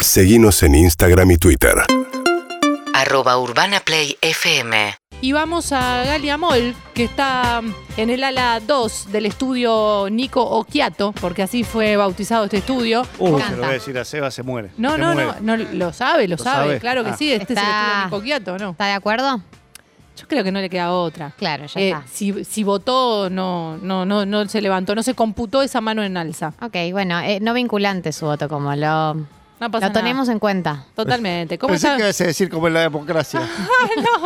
Seguimos en Instagram y Twitter. arroba urbanaplayfm Y vamos a Galia Moll, que está en el ala 2 del estudio Nico Occhiato, porque así fue bautizado este estudio. Uh, Canta. se lo voy a decir a Seba, se muere. No, se no, muere. no, no, lo sabe, lo, ¿Lo sabe, sabe? claro que Ah. sí, este es el Está- estudio Nico Occhiato, ¿no? ¿Está de acuerdo? Yo creo que no le queda otra. Claro, ya Eh, está. si, si votó, no, no, no, no se levantó, no se computó esa mano en alza. Ok, bueno, eh, no vinculante su voto, como lo, No pasa lo tenemos nada. en cuenta. Totalmente. ¿Cómo Pensé está? que ibas a decir como en la democracia.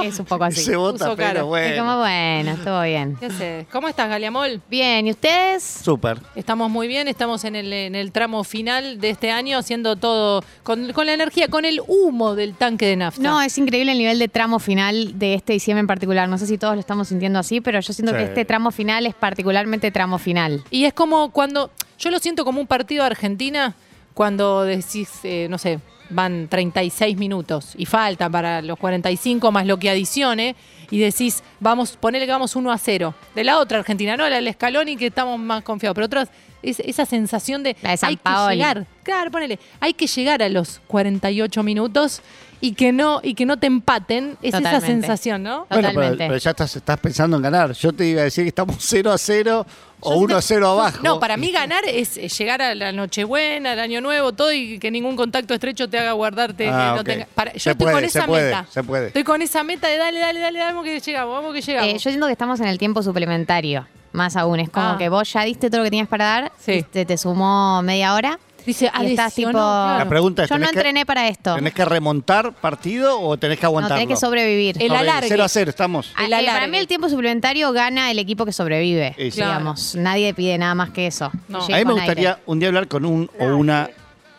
Es un poco así. se vota, puso cara. pero Es como, bueno. bueno, estuvo bien. ¿Qué haces? ¿Cómo estás, Galiamol? Bien, ¿y ustedes? Súper. Estamos muy bien, estamos en el, en el tramo final de este año haciendo todo con, con la energía, con el humo del tanque de nafta. No, es increíble el nivel de tramo final de este diciembre en particular. No sé si todos lo estamos sintiendo así, pero yo siento Sí. que este tramo final es particularmente tramo final. Y es como cuando, yo lo siento como un partido de Argentina, cuando decís, eh, no sé, van 36 minutos y falta para los 45 más lo que adicione, y decís, vamos, ponele que vamos 1 a 0. De la otra Argentina, no, la del escalón y que estamos más confiados. Pero otras, es, esa sensación de, La de San hay que Paoli. llegar, claro, ponele, hay que llegar a los 48 minutos y que no, y que no te empaten, es esa Totalmente. sensación, ¿no? Bueno, pero, Totalmente. pero ya estás, estás pensando en ganar. Yo te iba a decir que estamos 0 a 0 o 1 a 0 abajo. No, para mí ganar es eh, llegar a la Nochebuena, al Año Nuevo, todo y que ningún contacto estrecho te haga guardarte. Ah, eh, no ok. tenga- para- yo Se estoy con puede, se esa puede, meta. se puede. Estoy con esa meta de dale, dale, dale, vamos que llegamos, vamos que llegamos. Eh, yo siento que estamos en el tiempo suplementario, más aún. Es como Ah. que vos ya diste todo lo que tenías para dar, Sí. y te, te sumó media hora. Dice, y estás adhesionó, tipo, claro. La pregunta es, yo no ¿tenés que- entrené para esto. ¿Tenés que remontar partido o tenés que No, aguantarlo? tenés que sobrevivir. El alargue. 0 a 0, estamos. Ah, El eh, alargue. para mí el tiempo suplementario gana el equipo que sobrevive. Sí, sí. Claro. Digamos, nadie pide nada más que eso. No. Que A mí llegue me con gustaría aire. un día hablar con un o una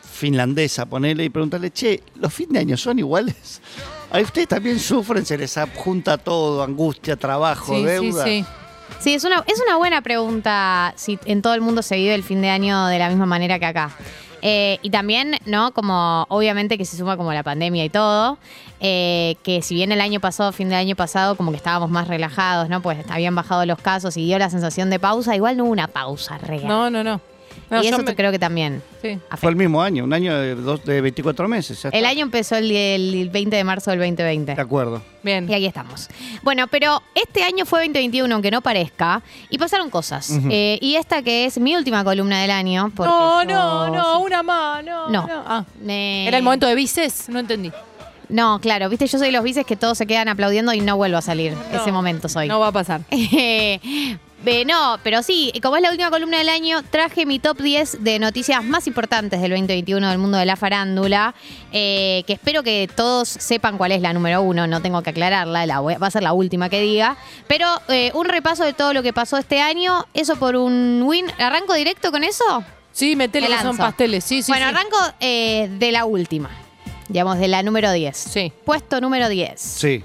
finlandesa, ponerle y preguntarle, che, ¿los fin de año son iguales? ¿A ustedes también sufren? ¿Se les junta todo? Angustia, trabajo, Sí, sí, deuda. sí. Sí, es una, es una buena pregunta si en todo el mundo se vive el fin de año de la misma manera que acá. Eh, y también, ¿no? Como obviamente que se suma como la pandemia y todo, eh, que si bien el año pasado, fin de año pasado, como que estábamos más relajados, ¿no? Pues habían bajado los casos y dio la sensación de pausa, igual no hubo una pausa real. No, no, no. No, y yo eso me- creo que también. sí. Fue el mismo año, un año de, dos- de 24 meses. ya El está. año empezó el, el 20 de marzo del 2020. De acuerdo. Bien. Y ahí estamos. Bueno, pero este año fue 2021, aunque no parezca, y pasaron cosas. Eh, y esta que es mi última columna del año. porque No, yo- no, no, sí. una más, no. No. no. Ah. Eh, Era el momento de bices, no entendí. No, claro, viste, yo soy los vices que todos se quedan aplaudiendo y no vuelvo a salir. No. Ese momento soy. No va a pasar. Eh, eh, no, pero sí, como es la última columna del año, traje mi top 10 de noticias más importantes del 2021 del mundo de la farándula, eh, que espero que todos sepan cuál es la número uno, no tengo que aclararla, la voy- va a ser la última que diga, pero eh, un repaso de todo lo que pasó este año, eso por un win, ¿arranco directo con eso? Sí, metele Me que son lanzo. pasteles. Sí, sí. bueno, sí. arranco eh, de la última, digamos, de la número 10. Sí. Puesto número 10. Sí.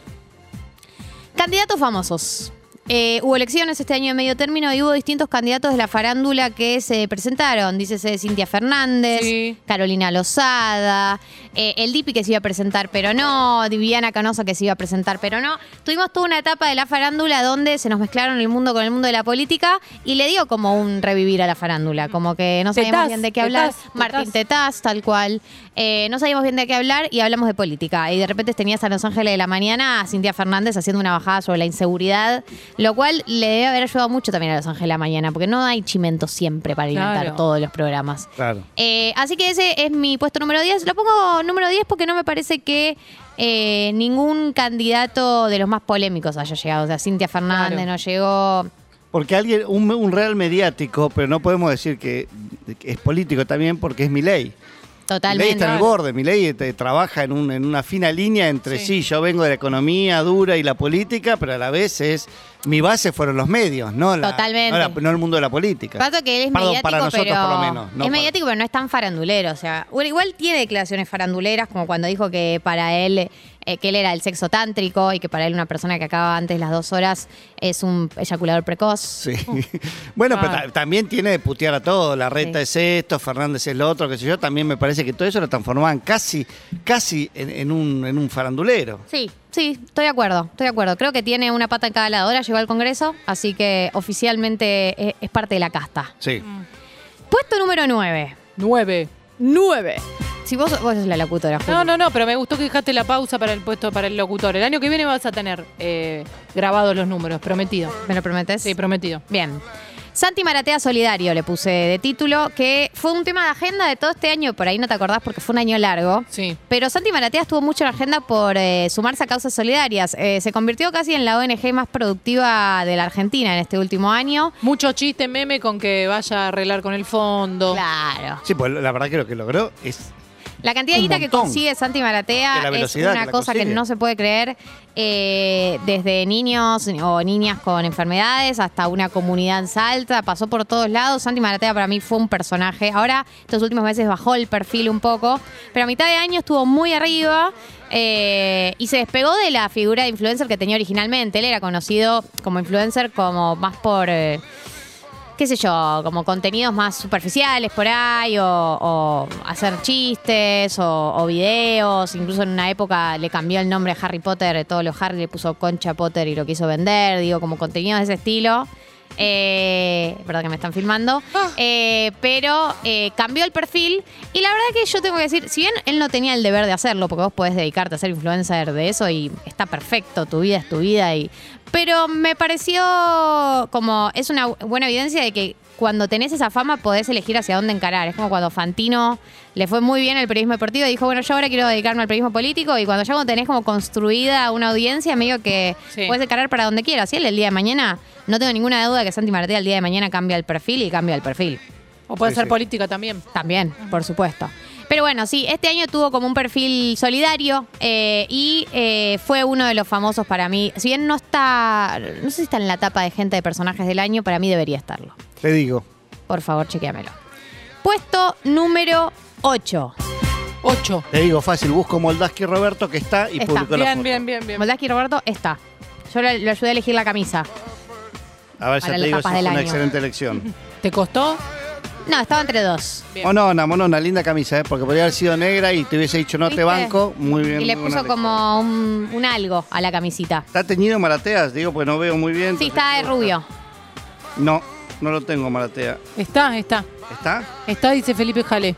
Candidatos famosos. Eh, hubo elecciones este año de medio término y hubo distintos candidatos de la farándula que se presentaron. Dícese Cintia Fernández, Sí. Carolina Lozada, eh, el Dipi que se iba a presentar pero no, Viviana Canosa que se iba a presentar pero no. Tuvimos toda una etapa de la farándula donde se nos mezclaron el mundo con el mundo de la política y le dio como un revivir a la farándula, como que no sabíamos Tetaz, bien de qué tetaz, hablar. tetaz. Martín Tetaz, tal cual. Eh, no sabíamos bien de qué hablar y hablamos de política. Y de repente tenías a Los Ángeles de la Mañana a Cintia Fernández haciendo una bajada sobre la inseguridad, lo cual le debe haber ayudado mucho también a Los Ángeles de la Mañana, porque no hay chimento siempre para alimentar Claro. todos los programas. Claro. Eh, así que ese es mi puesto número 10. Lo pongo número 10 porque no me parece que eh, ningún candidato de los más polémicos haya llegado. O sea, Cintia Fernández Claro. no llegó. Porque alguien, un, un real mediático, pero no podemos decir que es político también porque es mi ley. Milei Totalmente. está en el borde, Milei eh, te- trabaja en, un- en una fina línea entre sí. yo vengo de la economía dura y la política, pero a la vez es, mi base fueron los medios, no, la- Totalmente. no, la- no el mundo de la política. Pasa que él es Perdón, mediático, para nosotros pero por lo menos. no es para- mediático, pero no es tan farandulero. O sea, bueno, igual tiene declaraciones faranduleras, como cuando dijo que para él eh, que él era el sexo tántrico y que para él una persona que acaba antes las dos horas es un eyaculador precoz. Sí. bueno, pero Ah. ta- también tiene de putear a todo. La reta Sí. es esto, Fernández es lo otro, qué sé yo. También me parece que todo eso lo transformaban casi, casi en, en un, en un farandulero. Sí, sí, estoy de acuerdo, estoy de acuerdo. Creo que tiene una pata en cada lado. Ahora llegó al Congreso, así que oficialmente es, es Mm. parte de la casta. Sí. Puesto número 9. Nueve. 9. Si vos, vos sos la locutora, Juli. Eh. No, no, no, pero me gustó que dejaste la pausa para el puesto para el locutor. El año que viene vas a tener eh, grabados los números, prometido. ¿Me lo prometes? Sí, prometido. Bien. Santi Maratea Solidario le puse de título, que fue un tema de agenda de todo este año, por ahí no te acordás porque fue un año largo. Sí. Pero Santi Maratea estuvo mucho en la agenda por eh, sumarse a causas solidarias. Eh, se convirtió casi en la ONG más productiva de la Argentina en este último año. Mucho chiste meme con que vaya a arreglar con el fondo. Claro. Sí, pues la verdad que lo que logró es La cantidad de Un guita que montón. consigue Santi De la Maratea es velocidad una que la cosa que consigue. no se puede creer. eh, desde niños o niñas con enfermedades hasta una comunidad en Salta, pasó por todos lados. Santi Maratea para mí fue un personaje. Ahora, estos últimos meses bajó el perfil un poco, pero a mitad de año estuvo muy arriba. eh, y se despegó de la figura de influencer que tenía originalmente. Él era conocido como influencer como más por... eh, qué sé yo, como contenidos más superficiales por ahí, o, o hacer chistes, o, o videos. Incluso en una época le cambió el nombre a Harry Potter, todos los Harry le puso Concha Potter y lo quiso vender, digo, como contenidos de ese estilo. Eh, verdad que me están filmando. Eh, pero eh, cambió el perfil. Y la verdad que yo tengo que decir, si bien él no tenía el deber de hacerlo, porque vos podés dedicarte a ser influencer de eso y está perfecto, tu vida es tu vida. Y, pero me pareció como, es una bu- buena evidencia de que cuando tenés esa fama podés elegir hacia dónde encarar. Es como cuando Fantino le fue muy bien el periodismo deportivo y dijo, bueno, yo ahora quiero dedicarme al periodismo político. Y cuando ya cuando tenés como construida una audiencia, medio que Sí. podés encarar para donde quieras. Y él el día de mañana, no tengo ninguna duda que Santi Maratea el día de mañana cambia el perfil y cambia el perfil. O puede Sí, ser sí. política también. También, por supuesto. Pero bueno, sí, este año tuvo como un perfil solidario eh, y eh, fue uno de los famosos para mí. Si bien no está, no sé si está en la tapa de gente de personajes del año, para mí debería estarlo. Te digo. Por favor, chequeamelo. Puesto número 8. Ocho. Te digo fácil. Busco Moldaski Roberto que está y Está. publicó la Bien, foto. bien, bien, bien. Moldaski Roberto está. Yo lo, lo ayudé a elegir la camisa. A ver, ya Para te las digo, sí, tapas fue del una año. excelente elección. ¿Te costó? No, estaba entre dos. Bien. Monona, monona, linda camisa, ¿eh? porque podría haber sido negra y te hubiese dicho no ¿Viste? te banco. Muy bien. Y le muy puso buena elección. como un, un algo a la camisita. ¿Está teñido Marateas? Digo, pues no veo muy bien. Sí, entonces está de tengo que rubio. buscar. No, no lo tengo Maratea. Está, está. ¿Está? Está, dice Felipe Jale.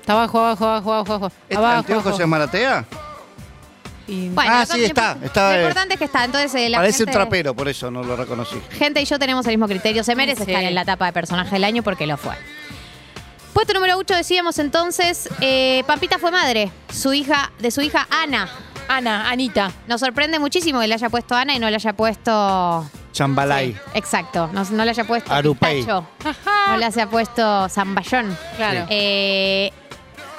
Está abajo, abajo, abajo, abajo, abajo. ¿Este Abajo, anteojos abajo. es Maratea? Y- Bueno, Ah, lo- sí, lo- está, está, Lo eh, importante es que está. Entonces, eh, la Parece un gente- trapero, por eso no lo reconocí. Gente y yo tenemos el mismo criterio. Se merece Sí. estar en la etapa de personaje del año porque lo fue. Puesto número 8 decíamos entonces, eh, Pampita fue madre, su hija, de su hija Ana. Ana, Anita. Nos sorprende muchísimo que le haya puesto Ana y no le haya puesto. Chambalay. Exacto, no, no le haya puesto Arupey. pistacho, no le haya puesto zamballón. Claro. Eh,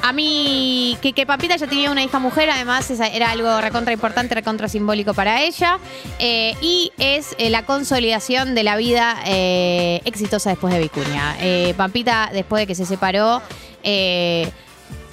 a mí, que, que Pampita ya tenía una hija mujer, además esa era algo recontra importante, recontra simbólico para ella. Eh, y es eh, la consolidación de la vida eh, exitosa después de Vicuña. Eh, Pampita, después de que se separó, eh,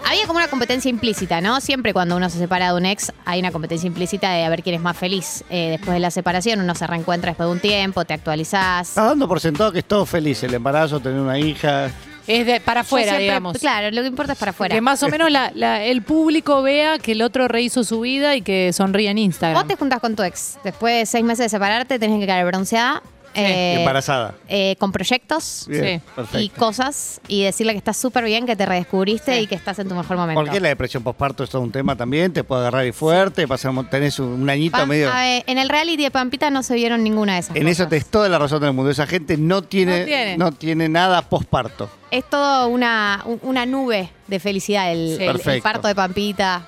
había como una competencia implícita, ¿no? Siempre cuando uno se separa de un ex, hay una competencia implícita de a ver quién es más feliz. Eh, después de la separación, uno se reencuentra después de un tiempo, te actualizás. Estás dando por sentado que es todo feliz, el embarazo, tener una hija. Eh, Es de para Yo afuera, siempre- digamos. Claro, lo que importa es para afuera. Que más o menos la- la- el público vea que el otro rehizo su vida y que sonríe en Vos Instagram. te juntas con tu ex. Después de seis meses de separarte, tenés que quedar bronceada. eh, Embarazada. eh, con proyectos Bien, Sí. perfecto. y cosas. Y decirle que estás súper bien, que te redescubriste Sí. y que estás en tu mejor momento. Porque la depresión postparto es todo un tema también, te puede agarrar y fuerte, pasamos, tenés un- un añito Pam- medio. a ver, en el reality de Pampita no se vieron ninguna de esas En cosas. eso tenés toda la razón del mundo. Esa gente no tiene, No no tiene. tiene. nada postparto. Es todo una, un- una nube de felicidad el, el- el Perfecto. parto de Pampita,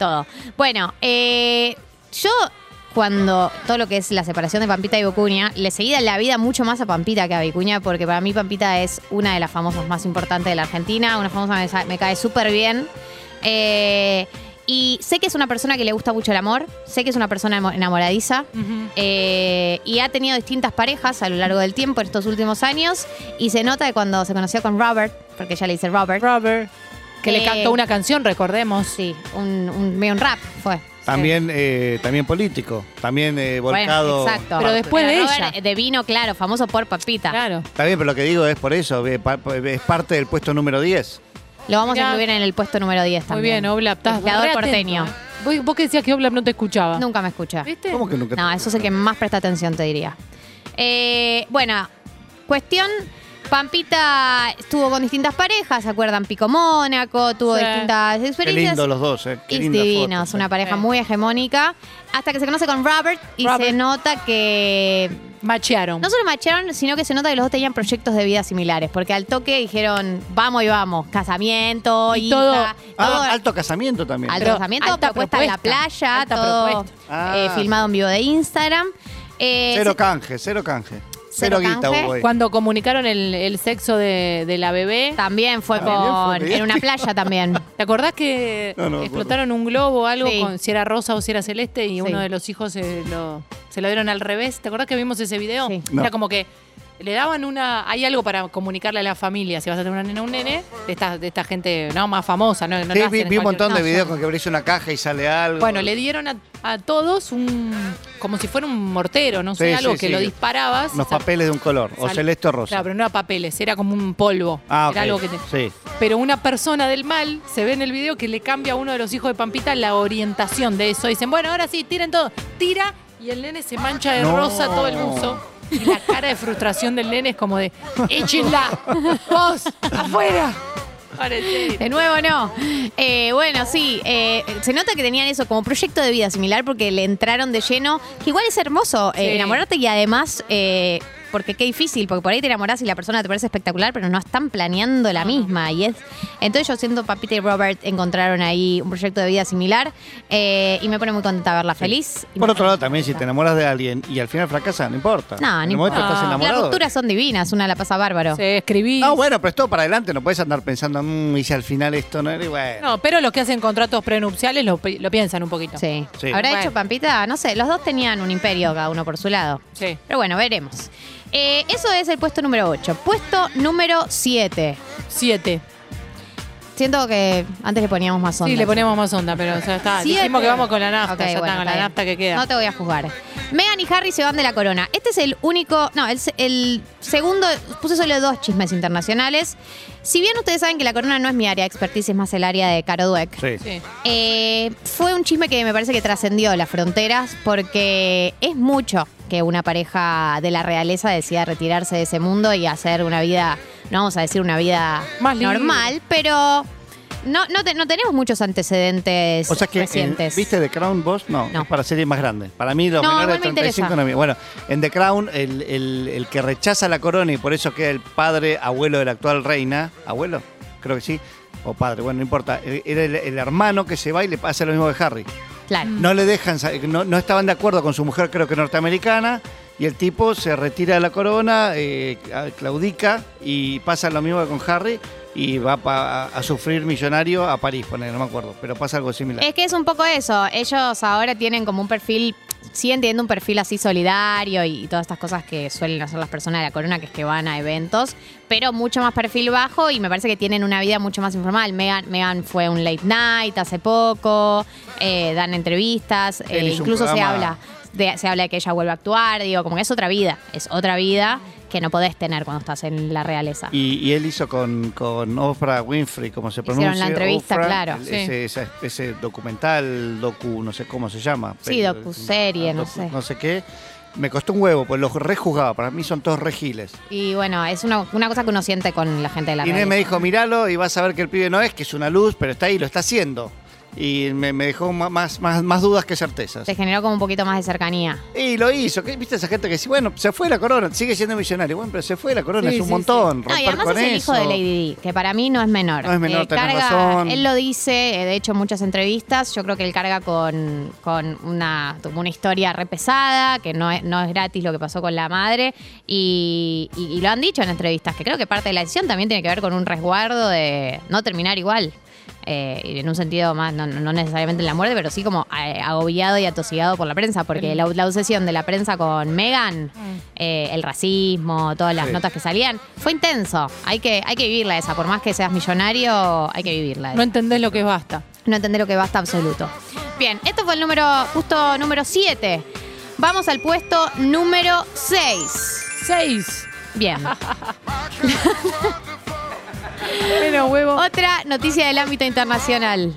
todo. Bueno, eh, yo cuando todo lo que es la separación de Pampita y Vicuña, le seguí la vida mucho más a Pampita que a Vicuña, porque para mí Pampita es una de las famosas más importantes de la Argentina, una famosa me, sa- me cae súper bien. Eh, y sé que es una persona que le gusta mucho el amor, sé que es una persona emo- enamoradiza, Ujú. eh, y ha tenido distintas parejas a lo largo del tiempo, en estos últimos años. Y se nota que cuando se conoció con Robert, porque ya le dice Robert. Robert, que le Eh, cantó una canción, recordemos. sí, un, un, medio un rap fue. También, eh, también político, también eh, Bueno, volcado. exacto. Pero después de Robert, ella. De vino, claro, famoso por Papita. Claro. Está bien, pero lo que digo es por eso, eh, pa- es parte del puesto número 10. Lo vamos Mirá. a incluir en el puesto número 10 Muy también. bien, Oblap. Estás Legislador re atento, porteño. eh. Vos, vos que decías que Oblap no te escuchaba. Nunca me escucha. ¿Viste? ¿Cómo que nunca? No, eso es el que más presta atención, te diría. Eh, bueno, cuestión Pampita estuvo con distintas parejas, ¿se acuerdan? Pico Mónaco, tuvo Sí. distintas Qué experiencias. lindo los dos, ¿eh? Qué Y linda divinos, foto, una ¿eh? pareja Sí. muy hegemónica. Hasta que se conoce con Robert y se Robert. nota que Machearon. no solo macharon, sino que se nota que los dos tenían proyectos de vida similares. Porque al toque dijeron, vamos y vamos, casamiento, Y hija, todo- todo. Ah, alto casamiento también. Alto Pero casamiento, alta propuesta en la propuesta, playa, alta todo propuesta. eh, Ah. filmado en vivo de Instagram. Eh, cero se- canje, cero canje. Cero Cero, guita eh. canje. hubo ahí. Cuando comunicaron el, el sexo de, de la bebé, también fue También fue por, bien. en una playa también. ¿te acordás que No, no me explotaron un globo o algo Sí. con si era rosa o si era celeste y Sí. uno de los hijos se lo, se lo dieron al revés? ¿Te acordás que vimos ese video? Sí. No. Era como que le daban una. Hay algo para comunicarle a la familia si vas a tener una nena o un nene, de esta, de esta gente no más famosa, ¿no? no Sí, nacen vi, en vi un cualquier- montón de no, videos son- con que abrís una caja y sale algo. Bueno, le dieron a, a todos un. como si fuera un mortero, no sé, Sí, algo sí, que sí. lo disparabas. Unos sal- papeles de un color, o sal- celeste o rosa. Claro, pero no era papeles, era como un polvo. ah, ok. Era algo que te- Sí. Pero una persona del mal se ve en el video que le cambia a uno de los hijos de Pampita la orientación de eso. Dicen, bueno, ahora sí, tiren todo. Tira y el nene se mancha de No. rosa todo el buzo. Y la cara de frustración del nene es como de, échenla, vos, afuera. Ahora, en serio. De nuevo, no. Eh, bueno, sí, eh, se nota que tenían eso como proyecto de vida similar porque le entraron de lleno. Que igual es hermoso eh, Sí. enamorarte y además, eh, porque qué difícil, porque por ahí te enamorás y la persona te parece espectacular, pero no están planeando la misma. Y es. Entonces yo siento Papita y Robert encontraron ahí un proyecto de vida similar eh, y me pone muy contenta verla feliz. Y Por me otro lado, pone también si te contenta. enamoras de alguien y al final fracasa, no importa. No, en ni el momento estás enamorado. Las rupturas son divinas, una la pasa bárbaro. Se escribí. No, bueno, pero es todo para adelante, no puedes andar pensando, "Mm, y si al final esto no era, y bueno. No, pero los que hacen contratos prenupciales lo, pi- lo piensan un poquito. Sí. Sí. ¿Habrá Bueno. hecho Pampita? No sé, los dos tenían un imperio cada uno por su lado. Sí. Pero bueno, veremos. Eh, eso es el puesto número 8. Puesto número 7. Siete. Siento que antes le poníamos más onda. Sí, le ponemos más onda, pero o sea, está. Siete. Dijimos que vamos con la nafta, Ok, ya bueno, está, con está la bien. nafta que queda. No te voy a juzgar. Megan y Harry se van de la corona. Este es el único. No, el, se- el segundo. Puse solo dos chismes internacionales. Si bien ustedes saben que la corona no es mi área de expertise, es más el área de Caro Dweck. Sí. Sí. Eh, fue un chisme que me parece que trascendió las fronteras porque es mucho que una pareja de la realeza decida retirarse de ese mundo y hacer una vida, no vamos a decir una vida Más libre. normal, pero no, no, te- no tenemos muchos antecedentes O sea que, eh, recientes. ¿viste The Crown vos? No, No. es para series más grandes. Para mí, los No, menores igual de me 35 no me- Bueno, en The Crown, el, el- el que rechaza la corona y por eso queda el padre, abuelo de la actual reina, ¿abuelo? Creo que sí. O padre, bueno, no importa. Eh, Era el, el hermano que se va y le pasa lo mismo que Harry. Claro. No le dejan, sa- no, no estaban de acuerdo con su mujer, creo que norteamericana, y el tipo se retira de la corona, eh, a- claudica y pasa lo mismo que con Harry y va pa- a, a sufrir millonario a París, ponele, no me acuerdo, pero pasa algo similar. Es que es un poco eso. Ellos ahora tienen como un perfil, siguen teniendo un perfil así solidario y, y todas estas cosas que suelen hacer las personas de la corona, que es que van a eventos, pero mucho más perfil bajo y me parece que tienen una vida mucho más informal. Megan, Megan fue un late night hace poco, eh, dan entrevistas, eh, hizo un incluso se programa- habla. de- se habla de que ella vuelve a actuar, digo, como que es otra vida, es otra vida que no podés tener cuando estás en la realeza. Y, y él hizo con, con Oprah Winfrey, como se Hicieron pronuncia. la entrevista, Oprah, claro. el- Sí. Ese, esa- ese documental, docu, no sé cómo se llama. Sí, pero- ah, docuserie, no sé. No sé qué. Me costó un huevo, pues los rejuzgaba. Para mí son todos regiles. Y bueno, es una, una cosa que uno siente con la gente de la Y Inés me realeza. dijo, míralo y vas a ver que el pibe no es, que es una luz, pero está ahí, lo está haciendo. Y me, me dejó ma- más, más, más dudas que certezas. Te generó como un poquito más de cercanía. Y lo hizo. ¿qué? ¿Viste esa gente que dice, bueno, se fue la corona, sigue siendo millonario? Bueno, pero se fue la corona, Sí, es un sí, montón. No, y romper además con es el eso. hijo de Lady Di, que para mí no es menor. No es menor, tenés carga, razón. Él lo dice, eh, de hecho, en muchas entrevistas. Yo creo que él carga con, con una, tuvo una historia re pesada, que no es, no es gratis lo que pasó con la madre. Y, y- y lo han dicho en entrevistas, que creo que parte de la decisión también tiene que ver con un resguardo de no terminar igual. Eh, en un sentido más, no, no necesariamente en la muerte, pero sí como eh, agobiado y atosigado por la prensa, porque la, la obsesión de la prensa con Megan, eh, el racismo, todas las Sí. notas que salían, fue intenso. Hay que, hay que vivirla esa, por más que seas millonario, hay que vivirla. No No, entendés lo que es basta. entender lo que basta absoluto. Bien, esto fue el número, justo número 7. Vamos al puesto número 6. Seis. Bien. Menos huevo. Otra noticia del ámbito internacional.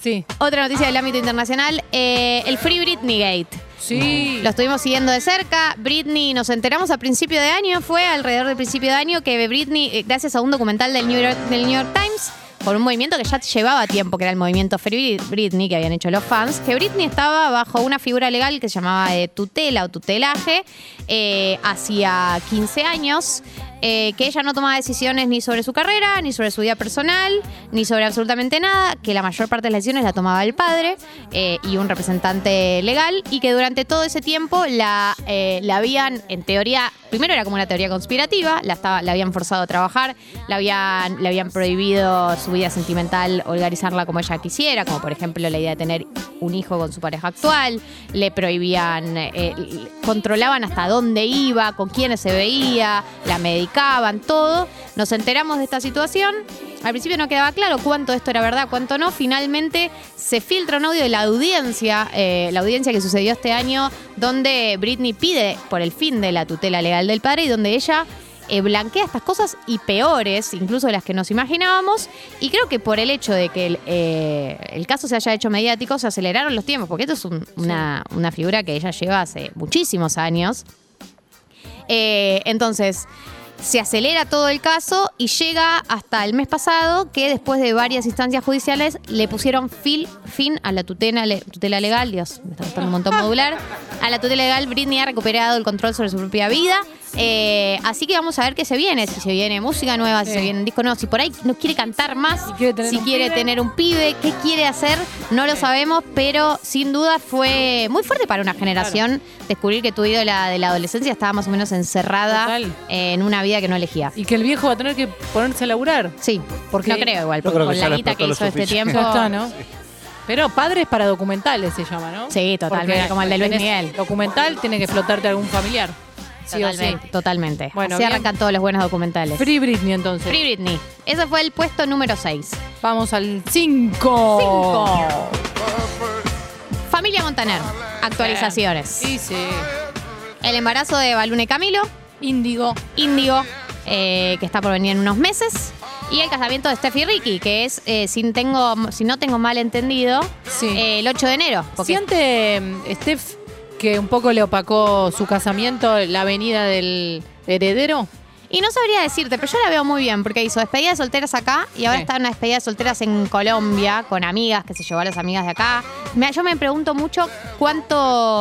Sí. Otra noticia del ámbito internacional, eh, el Free Britney Gate. Sí. Lo estuvimos siguiendo de cerca. Britney, nos enteramos a principio de año, fue alrededor del principio de año que Britney, eh, gracias a un documental del New York, del New York Times, por un movimiento que ya llevaba tiempo, que era el movimiento Free Britney, que habían hecho los fans, que Britney estaba bajo una figura legal que se llamaba de tutela o tutelaje eh, hacía 15 años. eh, que ella no tomaba decisiones ni sobre su carrera, ni sobre su vida personal, ni sobre absolutamente nada, que la mayor parte de las decisiones la tomaba el padre eh, y un representante legal, y que durante todo ese tiempo la, eh, la habían, en teoría, primero era como una teoría conspirativa, la, estaba, la habían forzado a trabajar, la habían, le habían prohibido su vida sentimental, organizarla como ella quisiera, como por ejemplo la idea de tener un hijo con su pareja actual, le prohibían, eh, l- controlaban hasta dónde iba, con quiénes se veía, la medicaban, todo. Nos enteramos de esta situación. Al principio no quedaba claro cuánto esto era verdad, cuánto no. Finalmente se filtra un audio de la audiencia, eh, la audiencia que sucedió este año, donde Britney pide por el fin de la tutela legal del padre y donde ella eh, blanquea estas cosas y peores, incluso de las que nos imaginábamos. Y creo que por el hecho de que el, eh, el caso se haya hecho mediático, se aceleraron los tiempos, porque esto es un- una, una figura que ella lleva hace muchísimos años. Eh, entonces, se acelera todo el caso y llega hasta el mes pasado que después de varias instancias judiciales le pusieron fil- fin a la tutela, le- tutela legal, Dios, me está costando un montón modular, a la tutela legal Britney ha recuperado el control sobre su propia vida. Eh, así que vamos a ver qué se viene, si se viene música nueva, si Sí. se viene un disco nuevo, si por ahí no quiere cantar más, Si quiere tener si un quiere pibe. tener un pibe, qué quiere hacer, no lo sabemos, pero sin duda fue muy fuerte para una generación descubrir que tu ídola de la adolescencia estaba más o menos encerrada Total. en una vida que no elegía. Y que el viejo va a tener que ponerse a laburar. Sí, Porque- porque no creo igual, Yo porque creo que con ya la la guita que explotó lo hizo este suficiente. tiempo. Ya está, ¿no? Pero padres para documentales se llama, ¿no? Sí, totalmente, como el de Luis tenés Miguel. Documental tiene que flotarte algún familiar. Sí o sí. Totalmente, totalmente. Bueno, Así bien. arrancan todos los buenos documentales. Free Britney entonces. Free Britney. Ese fue el puesto número 6. Vamos al 5. Familia Montaner. Actualizaciones. Sí, sí. El embarazo de Balune Camilo. Índigo. Índigo, eh, que está por venir en unos meses. Y el casamiento de Steph y Ricky, que es, eh, si, tengo, si no tengo mal entendido, Sí. eh, el 8 de enero. Porque Siente mm, Steph que un poco le opacó su casamiento la venida del heredero. Y no sabría decirte, pero yo la veo muy bien, porque hizo despedida de solteras acá y ahora Sí. está en una despedida de solteras en Colombia con amigas que se llevó a las amigas de acá. Me- yo me pregunto mucho cuánto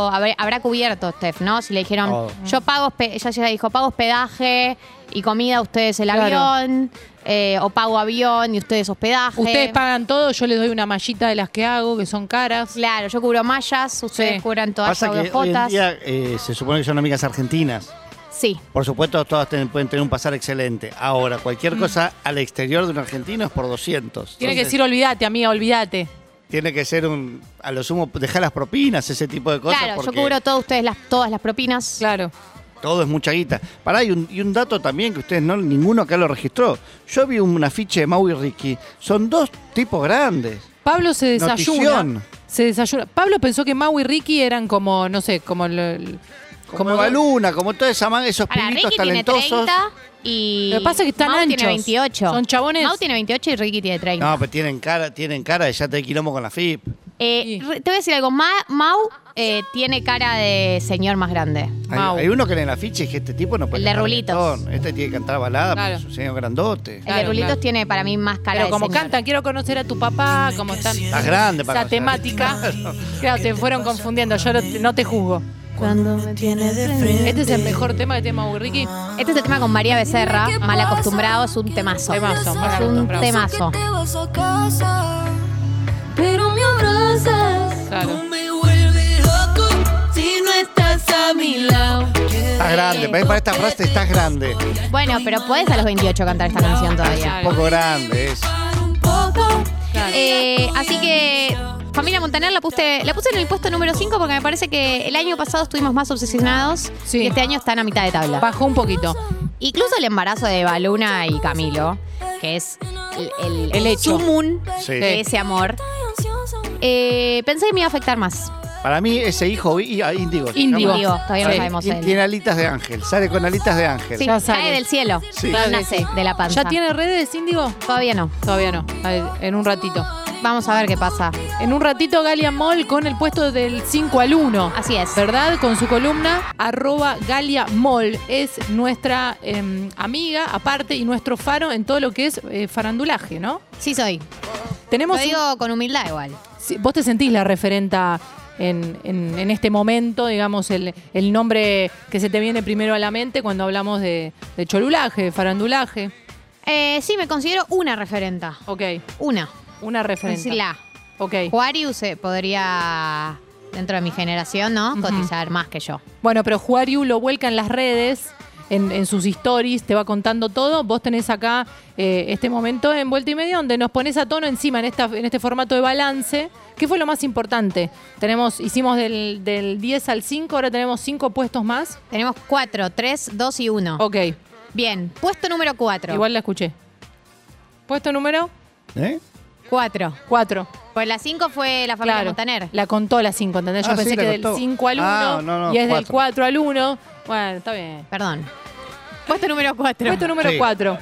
habrá, habrá cubierto Steph, ¿no? Si le dijeron, Todo. yo pago, hospe- ella llega y dijo, pago hospedaje y comida, ustedes el Claro. avión, eh, o pago avión y ustedes hospedaje. Ustedes pagan todo, yo les doy una mallita de las que hago, que son caras. Claro, yo cubro mallas, ustedes Sí. cubran todas Pasa las que hoy en jotas. día eh, se supone que son amigas argentinas. Sí. Por supuesto, todas ten- pueden tener un pasar excelente. Ahora, cualquier Mm. cosa al exterior de un argentino es por 200. Tiene que Entonces, decir, olvídate, amiga, olvídate. Tiene que ser un. A lo sumo, dejar las propinas, ese tipo de cosas. Claro, yo porque cubro todo, ustedes las, todas las propinas. Claro. Todo es mucha guita. Pará, y un, y un dato también que ustedes no, ninguno acá lo registró. Yo vi un afiche de Mau y Ricky. Son dos tipos grandes. Pablo se desayuna. Notición. Se desayuna. Pablo pensó que Mau y Ricky eran como, no sé, como el- el- Como Baluna, como toda esa man- esos Ahora, pibitos Ricky tiene talentosos. 30 y. Lo que pasa es que están Mau tiene anchos. 28. Son chabones. Mau tiene 28 y Ricky tiene 30. No, pero tienen cara, tienen cara de ya te quilombo con la FIP. Eh, Sí. re- Te voy a decir algo. Ma- Mau eh, tiene cara de señor más grande. Hay, Mau. hay uno que en el afiche es que este tipo no puede El de cantar Rulitos. Eh, reggaetón. Este tiene que cantar balada, Claro. pero es un señor grandote. el de Claro, Rulitos claro. tiene para mí más cara Pero de como señor. cantan, quiero conocer a tu papá, como están. Más grande para Esa conocer. temática. Claro, te fueron confundiendo. Yo no te- no te juzgo. Cuando me tiene de frente. Este es el mejor tema que tiene Mau y Ricky. Este es el tema con María Becerra. Mal acostumbrado, es un temazo. Temazo, mal es un acostumbrado. temazo. Te vas a casa, pero me abrazas. Claro. Me vuelve loco si no estás a mi lado. Estás grande, para, eh, para esta frase estás grande. Bueno, pero podés a los 28 cantar esta canción todavía. Un poco grande es. Un poco. Eh, así que Familia Montaner la puse, la puse en el puesto número 5 porque me parece que el año pasado estuvimos más obsesionados Sí. y este año están a mitad de tabla. Bajó un poquito. Incluso el embarazo de Baluna y Camilo, que es el, el, El hecho. sumum Sí. de ese amor, Estoy ansiosa. eh, pensé que me iba a afectar más. Para mí, ese hijo í- ah, índigo. se Índigo. llama. Digo, todavía no Sí. sabemos Y él. Tiene alitas de ángel, sale con alitas de ángel. Sí, Ya sale. cae del cielo, Sí. no nace de la panza. ¿Ya tiene redes, Índigo? Todavía no. Todavía no. A ver, En un ratito. Vamos a ver qué pasa. En un ratito Galia Moll con el puesto del 5 al 1. Así es. ¿Verdad? Con su columna, arroba Galia Moll. Es nuestra em, amiga, aparte, y nuestro faro en todo lo que es eh, farandulaje, ¿no? Sí soy. Lo Tenemos. un- digo con humildad igual. Sí, Vos te sentís la referenta en, en- en este momento, digamos, el, el nombre que se te viene primero a la mente cuando hablamos de, de cholulaje, de farandulaje. Eh, sí, me considero una referenta. Ok, Una. una referenta. Decir la. Ok. Juarius eh, podría, dentro de mi generación, ¿no? Cotizar más que yo. Bueno, pero Juariu lo vuelca en las redes, en, en sus stories, te va contando todo. Vos tenés acá eh, este momento en Vuelta y Media donde nos pones a tono encima en, esta, en este formato de balance. ¿Qué fue lo más importante? Tenemos, hicimos del, del 10 al 5, ahora tenemos 5 puestos más. Tenemos cuatro, tres, dos y uno. Ok, Bien, puesto número cuatro. igual la escuché. Puesto número ¿Eh? Cuatro. 4. Pues la cinco fue la familia Claro. Montaner. La contó la 5, ¿entendés? Yo Ah, sí, pensé la que del contó. 5 al 1 Ah, no, no, y es del cuatro. 4 al 1. Bueno, está bien. Perdón. Puesto número cuatro. Puesto número Sí. 4.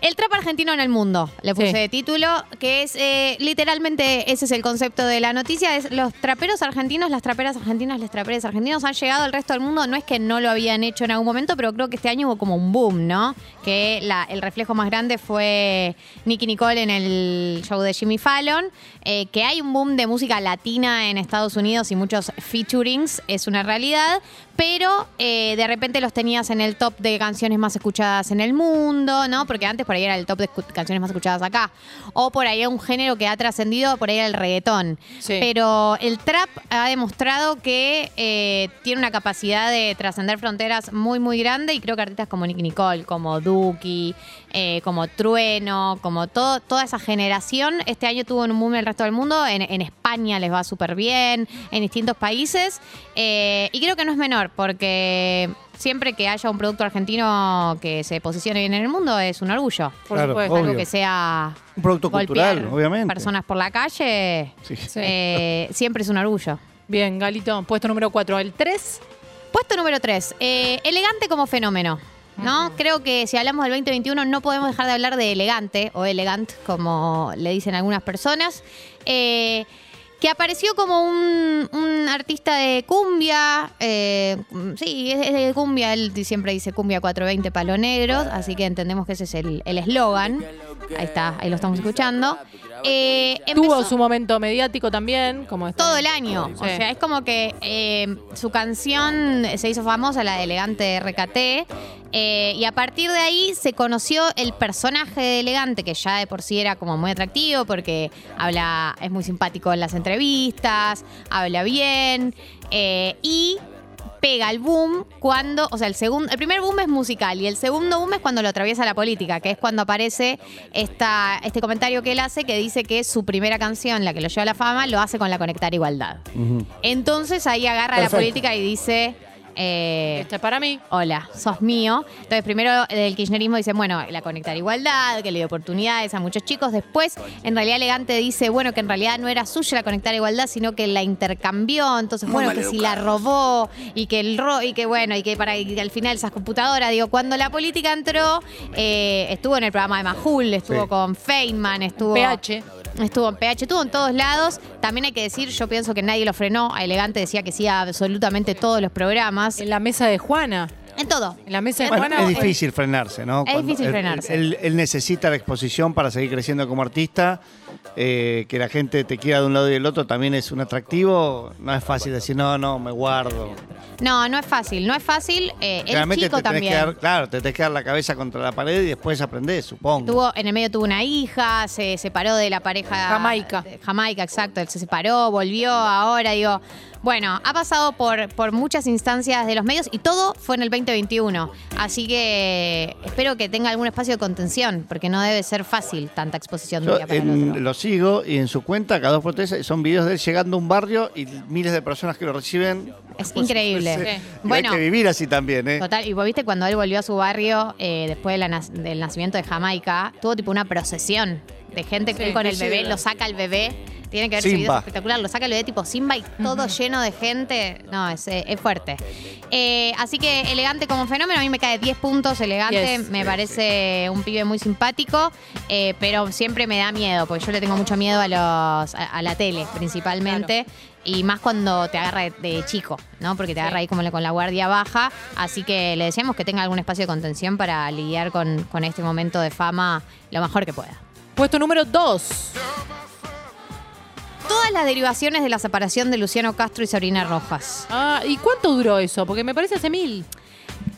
El trap argentino en el mundo, le puse Sí. de título, que es eh, literalmente ese es el concepto de la noticia, es los traperos argentinos, las traperas argentinas, los traperes argentinos han llegado al resto del mundo, no es que no lo habían hecho en algún momento, pero creo que este año hubo como un boom, ¿no? Que la- el reflejo más grande fue Nicky Nicole en el show de Jimmy Fallon, eh, que hay un boom de música latina en Estados Unidos y muchos featurings, es una realidad, pero eh, de repente los tenías en el top de canciones más escuchadas en el mundo, ¿no? Porque antes por ahí era el top de escu- canciones más escuchadas acá. O por ahí era un género que ha trascendido, por ahí era el reggaetón. Sí. Pero el trap ha demostrado que eh, tiene una capacidad de trascender fronteras muy, muy grande y creo que artistas como Nick Nicole, como Duki, eh, como Trueno, como todo, toda esa generación, este año tuvo un boom en el resto del mundo. En, en España les va súper bien, en distintos países. Eh, y creo que no es menor porque siempre que haya un producto argentino que se posicione bien en el mundo es un orgullo. Por Claro, supuesto. obvio. Algo que sea Un producto golpear cultural, obviamente. personas por la calle Sí. Sí. eh, siempre es un orgullo. Bien, Galito, puesto número 4. El 3. Puesto número 3, elegante como fenómeno. ¿No? Mm. Creo que si hablamos del 2021 no podemos dejar de hablar de elegante o elegant, como le dicen algunas personas, eh, que apareció como un, un artista de cumbia, eh, mm, sí, es, es de cumbia, él di- siempre dice cumbia 420 palo negros, así que entendemos que ese es el el eslogan. ahí está, ahí lo estamos escuchando. Eh, Tuvo empezó- su momento mediático también, como está. todo el año. O Sí. sea, es como que eh, su canción se hizo famosa, la de Elegante RKT. eh, y a partir de ahí se conoció el personaje de Elegante, que ya de por sí era como muy atractivo porque habla, es muy simpático en las entrevistas, habla bien. eh, y pega el boom cuando, o sea, el segundo, el primer boom es musical y el segundo boom es cuando lo atraviesa la política, que es cuando aparece esta, este comentario que él hace que dice que su primera canción, la que lo lleva a la fama, lo hace con la Conectar Igualdad. Entonces ahí agarra Perfecto. la política y dice... eh, Este para mí. Hola, sos mío. Entonces, primero eh, del kirchnerismo dicen, bueno, la conectar igualdad, que le dio oportunidades a muchos chicos. Después, en realidad, Elegante dice, bueno, que en realidad no era suya la conectar igualdad, sino que la intercambió. Entonces, bueno, que si la robó y que el ro y que bueno, y que para y que al final esas computadoras, digo, cuando la política entró, eh, estuvo en el programa de Majul, estuvo Sí. con Feynman, estuvo. PH. Estuvo en PH, estuvo en todos lados. También hay que decir, yo pienso que nadie lo frenó. A Elegante decía que sí a absolutamente todos los programas. En la mesa de Juana. En todo. En la mesa de Bueno, Juana. es difícil frenarse, ¿no? eh, Es difícil él- frenarse. Él, él necesita la exposición para seguir creciendo como artista. eh, que la gente te quiera de un lado y del otro también es un atractivo. No es fácil decir, no, no, me guardo. No, no es fácil, no es fácil. Eh, él Realmente chico te tenés también. que dar, claro, te tenés que dar la cabeza contra la pared y después aprendés, supongo. Tuvo, en el medio tuvo una hija, se separó de la pareja. Jamaica. de- Jamaica, exacto. Él se separó, volvió ahora, digo. Bueno, ha pasado por, por muchas instancias de los medios y todo fue en el 2021. Así que espero que tenga algún espacio de contención, porque no debe ser fácil tanta exposición de un Yo día para el otro. en- lo sigo y en su cuenta, cada dos por tres, son videos de él llegando a un barrio y miles de personas que lo reciben. Es increíble. Sí. Sí. Y Bueno. hay que vivir así también, ¿eh? Total, y vos viste cuando él volvió a su barrio eh, después de la nas- del nacimiento de Jamaica, tuvo tipo una procesión de gente que Sí, él con el sí, bebé, sí. lo saca el bebé Tiene que ver Simba. ese video es espectacular. Lo saca lo de tipo Simba y todo lleno de gente. No, es, eh, es fuerte. Eh, así que elegante como fenómeno, a mí me cae 10 puntos. Elegante, Yes. me parece un pibe muy simpático, eh, pero siempre me da miedo, porque yo le tengo mucho miedo a los a, a la tele principalmente. Y más cuando te agarra de, de chico, ¿no? Porque te agarra ahí como con la guardia baja. Así que le deseamos que tenga algún espacio de contención para lidiar con, con este momento de fama lo mejor que pueda. Puesto número 2. Todas las derivaciones de la separación de Luciano Castro y Sabrina Rojas. Ah, ¿y cuánto duró eso? Porque me parece hace mil.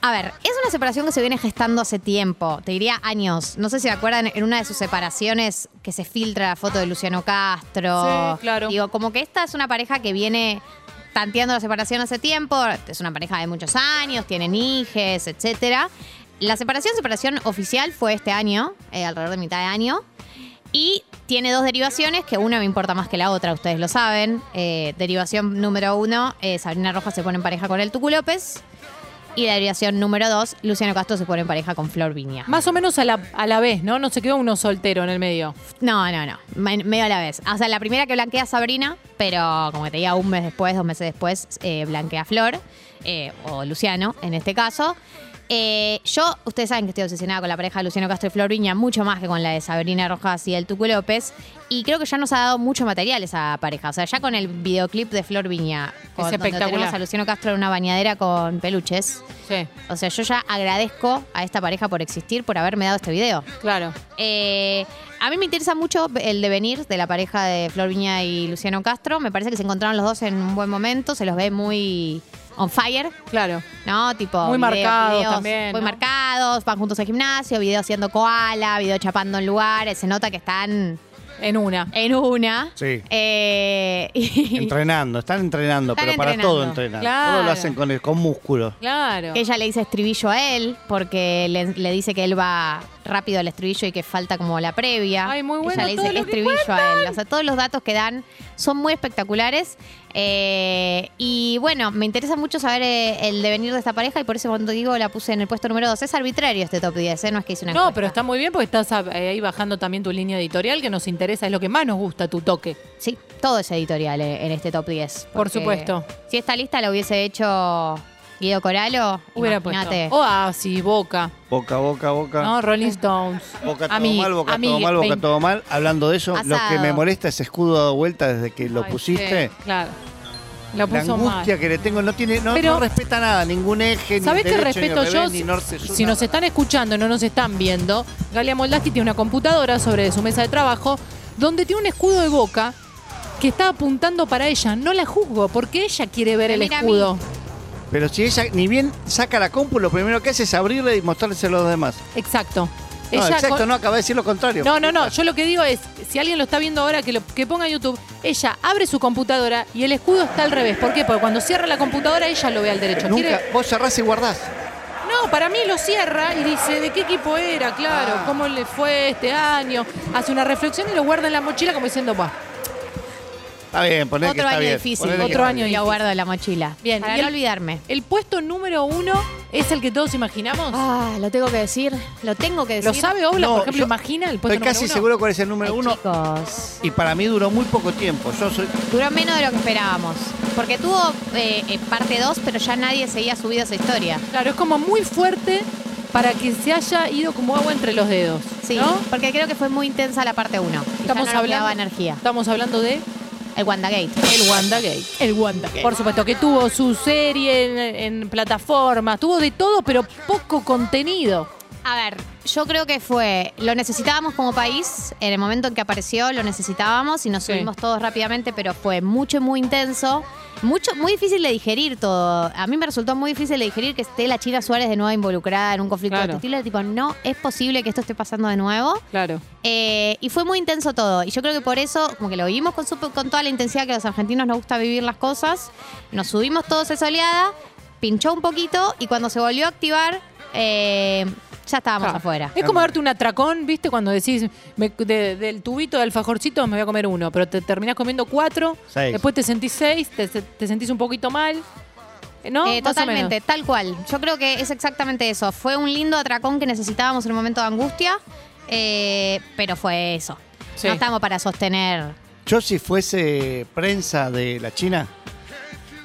A ver, es una separación que se viene gestando hace tiempo, te diría años. No sé si se acuerdan, en una de sus separaciones que se filtra la foto de Luciano Castro. Sí, claro. Digo, como que esta es una pareja que viene tanteando la separación hace tiempo, es una pareja de muchos años, tienen hijes, etcétera. La separación, separación oficial fue este año, eh, alrededor de mitad de año. Y tiene dos derivaciones, que una me importa más que la otra, ustedes lo saben. Eh, derivación número uno, eh, Sabrina Rojas se pone en pareja con el Tucu López. Y la derivación número dos, Luciano Castro se pone en pareja con Flor Viña. Más o menos a la, a la vez, ¿no? No se quedó uno soltero en el medio. No, no, no. Me- Medio a la vez. O sea, la primera que blanquea es Sabrina, pero como que te diga un mes después, dos meses después, eh, blanquea a Flor, eh, o Luciano en este caso. Eh, yo, ustedes saben que estoy obsesionada con la pareja de Luciano Castro y Flor Viña, mucho más que con la de Sabrina Rojas y el Tucu López. Y creo que ya nos ha dado mucho material esa pareja. O sea, ya con el videoclip de Flor Viña, con, donde espectacular. tenemos a Luciano Castro en una bañadera con peluches. Sí, O sea, yo ya agradezco a esta pareja por existir, por haberme dado este video. claro. Eh, a mí me interesa mucho el devenir de la pareja de Flor Viña y Luciano Castro. Me parece que se encontraron los dos en un buen momento. Se los ve muy on fire, Claro. ¿no? Tipo. Muy marcados también, Muy ¿no? marcados, van juntos al gimnasio, video haciendo koala, video chapando en lugares. Se nota que están En una. en una. Sí. Eh, y- Entrenando, están entrenando, Están pero para entrenando. todo entrenan. Claro. Todo lo hacen con, el, con músculo. Claro. que ella le dice estribillo a él porque le, le dice que él va rápido al estribillo y que falta como la previa. Ay, muy Ella bueno le dice todo lo que estribillo a él. O sea, todos los datos que dan son muy espectaculares. Eh, y bueno, me interesa mucho saber eh, el devenir de esta pareja y por ese cuando digo la puse en el puesto número 2. Es arbitrario este top 10, ¿eh? no es que hice una No, encuesta. pero está muy bien porque estás ah, eh, ahí bajando también tu línea editorial que nos interesa, es lo que más nos gusta, tu toque. Sí, todo es editorial eh, en este top 10. Por porque supuesto. Si esta lista la hubiese hecho Guido Coralo, Hubiera imagínate. puesto. Oasis, Boca, Boca, boca, boca. ¿no? Rolling Stones. Boca todo A mí, mal, boca a mí, todo mal, boca vein- todo mal. Hablando de eso, lo que Asado. me molesta es escudo dado vuelta desde que lo Ay, pusiste. sí, claro. Lo La puso mal. angustia que le tengo no tiene, no, Pero- no respeta nada, ningún eje, ni ¿Sabés qué derecho, ni respeto yo? revés, ni norte, sur, si nos nada. están escuchando, no nos están viendo, Galia Moldaski tiene una computadora sobre su mesa de trabajo donde tiene un escudo de boca que está apuntando para ella. No la juzgo porque ella quiere ver Me el mira a mí. escudo. Pero si ella ni bien saca la compu, lo primero que hace es abrirla y mostrárselo a los demás. Exacto. No, Ella exacto, con- no, acaba de decir lo contrario. No, no, no. Yo lo que digo es, si alguien lo está viendo ahora, que, lo, que ponga en YouTube, ella abre su computadora y el escudo está al revés. ¿Por qué? Porque cuando cierra la computadora, ella lo ve al derecho. Nunca, Quiere- vos cerrás y guardás. No, para mí lo cierra y dice, ¿de qué equipo era? Claro, Ah. ¿cómo le fue este año? Hace una reflexión y lo guarda en la mochila como diciendo, va. Está bien, poné que Otro está año bien. difícil, ponele que otro está año bien. y lo guardo en la mochila. Bien, Para y no el- olvidarme. El puesto número uno es el que todos imaginamos. Ah, lo tengo que decir. Lo tengo que decir. ¿Lo sabe Obla, No, por ejemplo? yo ¿Imagina el puesto Estoy número casi uno? seguro cuál es el número Ay, uno. Chicos. Y para mí duró muy poco tiempo. Yo soy. Duró menos de lo que esperábamos. Porque tuvo eh, eh, parte 2, pero ya nadie seguía subido esa historia. Claro, es como muy fuerte para que se haya ido como agua entre los dedos. Sí. ¿no? Porque creo que fue muy intensa la parte 1. Estamos hablando- energía. Estamos hablando de El WandaGate. el Wanda Gate. El WandaGate. Por supuesto que tuvo su serie en, en plataformas, tuvo de todo, pero poco contenido. A ver, yo creo que fue, lo necesitábamos como país, en el momento en que apareció lo necesitábamos y nos Sí. subimos todos rápidamente, pero fue mucho, muy intenso, mucho, muy difícil de digerir todo. A mí me resultó muy difícil de digerir que esté la China Suárez de nuevo involucrada en un conflicto Claro. de este estilo, tipo, no es posible que esto esté pasando de nuevo. Claro. Eh, y fue muy intenso todo. Y yo creo que por eso, como que lo vivimos con, su- con toda la intensidad que a los argentinos nos gusta vivir las cosas, nos subimos todos esa oleada, pinchó un poquito y cuando se volvió a activar, eh, ya estábamos Ah. afuera. Es como darte un atracón, ¿viste? Cuando decís, me- de- del tubito del alfajorcito me voy a comer uno, pero te terminás comiendo cuatro, Seis. después te sentís seis, te, te sentís un poquito mal. ¿No? Más o Eh, menos. totalmente, tal cual. Yo creo que es exactamente eso. Fue un lindo atracón que necesitábamos en un momento de angustia, eh, pero fue eso. Sí. No estamos para sostener Yo si fuese prensa de la China,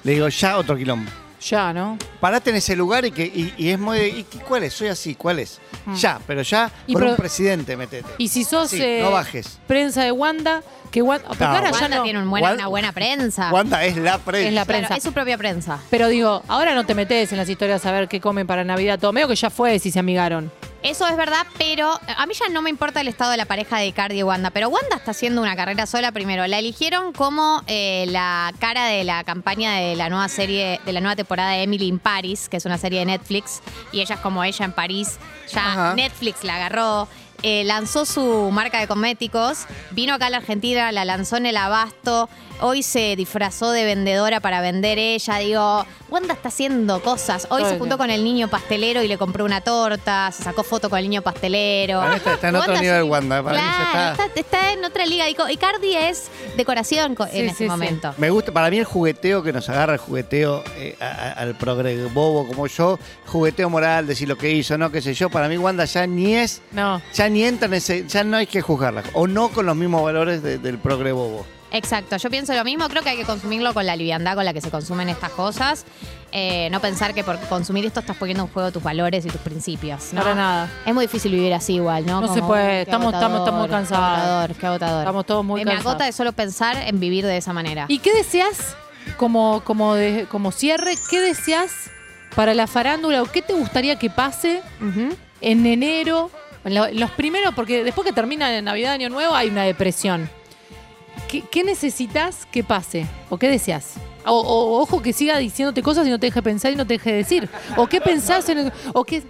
le digo ya otro quilombo. Ya, ¿no? Parate en ese lugar y que y, y es muy... ¿Y qué- cuál es? Soy así, ¿cuál es? Ya, pero ya Mm. Y con pero- un presidente metete. Y si sos Sí, eh, no bajes. prensa de Wanda, que Wanda. porque ahora ya Wanda no. tiene un buena- Wan- una buena prensa. Wanda es la prensa. Es la Claro, prensa. es su propia prensa. Pero digo, ahora no te metes en las historias a ver qué comen para Navidad, todo. Medio que ya fue si se amigaron. Eso es verdad, pero eh, a mí ya no me importa el estado de la pareja de Cardi y Wanda. Pero Wanda está haciendo una carrera sola primero. La eligieron como eh, la cara de la campaña de la nueva serie, de la nueva temporada de Emily in Paris, que es una serie de Netflix. Y ella es como ella en París. Ya Ajá. Netflix la agarró. eh, lanzó su marca de cosméticos, vino acá a la Argentina, la lanzó en el abasto, hoy se disfrazó de vendedora para vender ella, digo, Wanda está haciendo cosas, Todo hoy se el juntó tiempo. con el niño pastelero y le compró una torta, se sacó foto con el niño pastelero. Para mí está- está en otro Wanda nivel, sí. Wanda, Ah, para mí ya Claro, está- está, está en otra liga. Digo, Icardi es decoración co- Sí, en este sí, sí. momento. Me gusta, para mí el jugueteo que nos agarra el jugueteo eh, a- a- al progre bobo como yo, jugueteo moral, decir lo que hizo, no qué sé yo, para mí Wanda ya ni es, No. ya ni entra en ese, ya no hay que juzgarla, o no con los mismos valores de- del progre bobo. Exacto, yo pienso lo mismo. Creo que hay que consumirlo con la liviandad con la que se consumen estas cosas. Eh, no pensar que por consumir esto estás poniendo en juego tus valores y tus principios. ¿no? Para nada. Es muy difícil vivir así igual, ¿no? No se puede. "Uy, qué Estamos- estamos- agotador, estamos qué cansados". agotador, qué agotador. Estamos todos muy Eh, Me cansados. agota de solo pensar en vivir de esa manera. ¿Y qué deseas como, como, de- como cierre? ¿Qué deseas para la farándula o qué te gustaría que pase Ujú. en enero? en lo- los primeros, porque después que termina de Navidad, Año Nuevo, hay una depresión. ¿Qué, qué necesitas que pase? ¿O qué deseas? O, o- ojo que siga diciéndote cosas y no te deje pensar y no te deje decir. ¿O qué pensás en el- o qué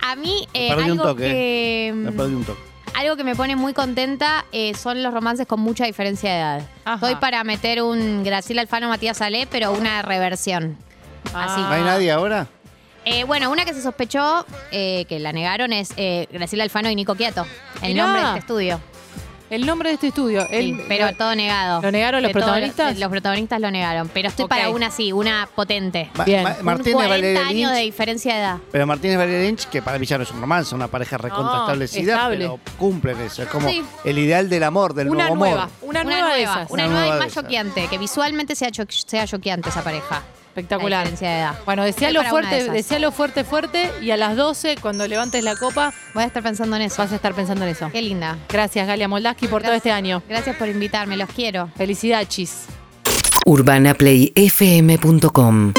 A mí, eh, perdí un algo toque, que. Mm. Me perdí un toque. Algo que me pone muy contenta eh, son los romances con mucha diferencia de edad. Ajá. Estoy para meter un Graciela Alfano Matías Ale, pero una reversión. Así. Ah. ¿No hay nadie ahora? Eh, bueno, una que se sospechó, eh, que la negaron, es eh, Graciela Alfano y Nico Quieto. El Mirá. nombre de este estudio. El nombre de este estudio. Sí, El- pero todo negado. ¿Lo negaron los Que todos protagonistas? eh, los, los protagonistas lo negaron. Pero estoy Ok. para una así, una potente. Ma- Bien. Ma- Un Martínez 40 Valeria años Lynch. de diferencia de edad. Pero Martínez Valeria Lynch, que para mí ya no es un romance, una pareja recontra No, establecida, estable. pero cumplen eso. Es como Sí. el ideal del amor, del una, nuevo nueva, amor. una nueva. de esas. Una Una nueva nueva y de más esas. choqueante. Que visualmente sea cho- sea choqueante esa pareja. A Espectacular. diferencia de edad. Bueno, Estoy desealo para una de fuerte, esas. desealo fuerte, fuerte. Y a las 12, cuando levantes la copa, Voy a estar pensando en eso. vas a estar pensando en eso. Qué linda. Gracias, Galia Moldaski, por todo este año. Gracias por invitarme, los quiero. Felicidad, chis. urbanaplayfm.com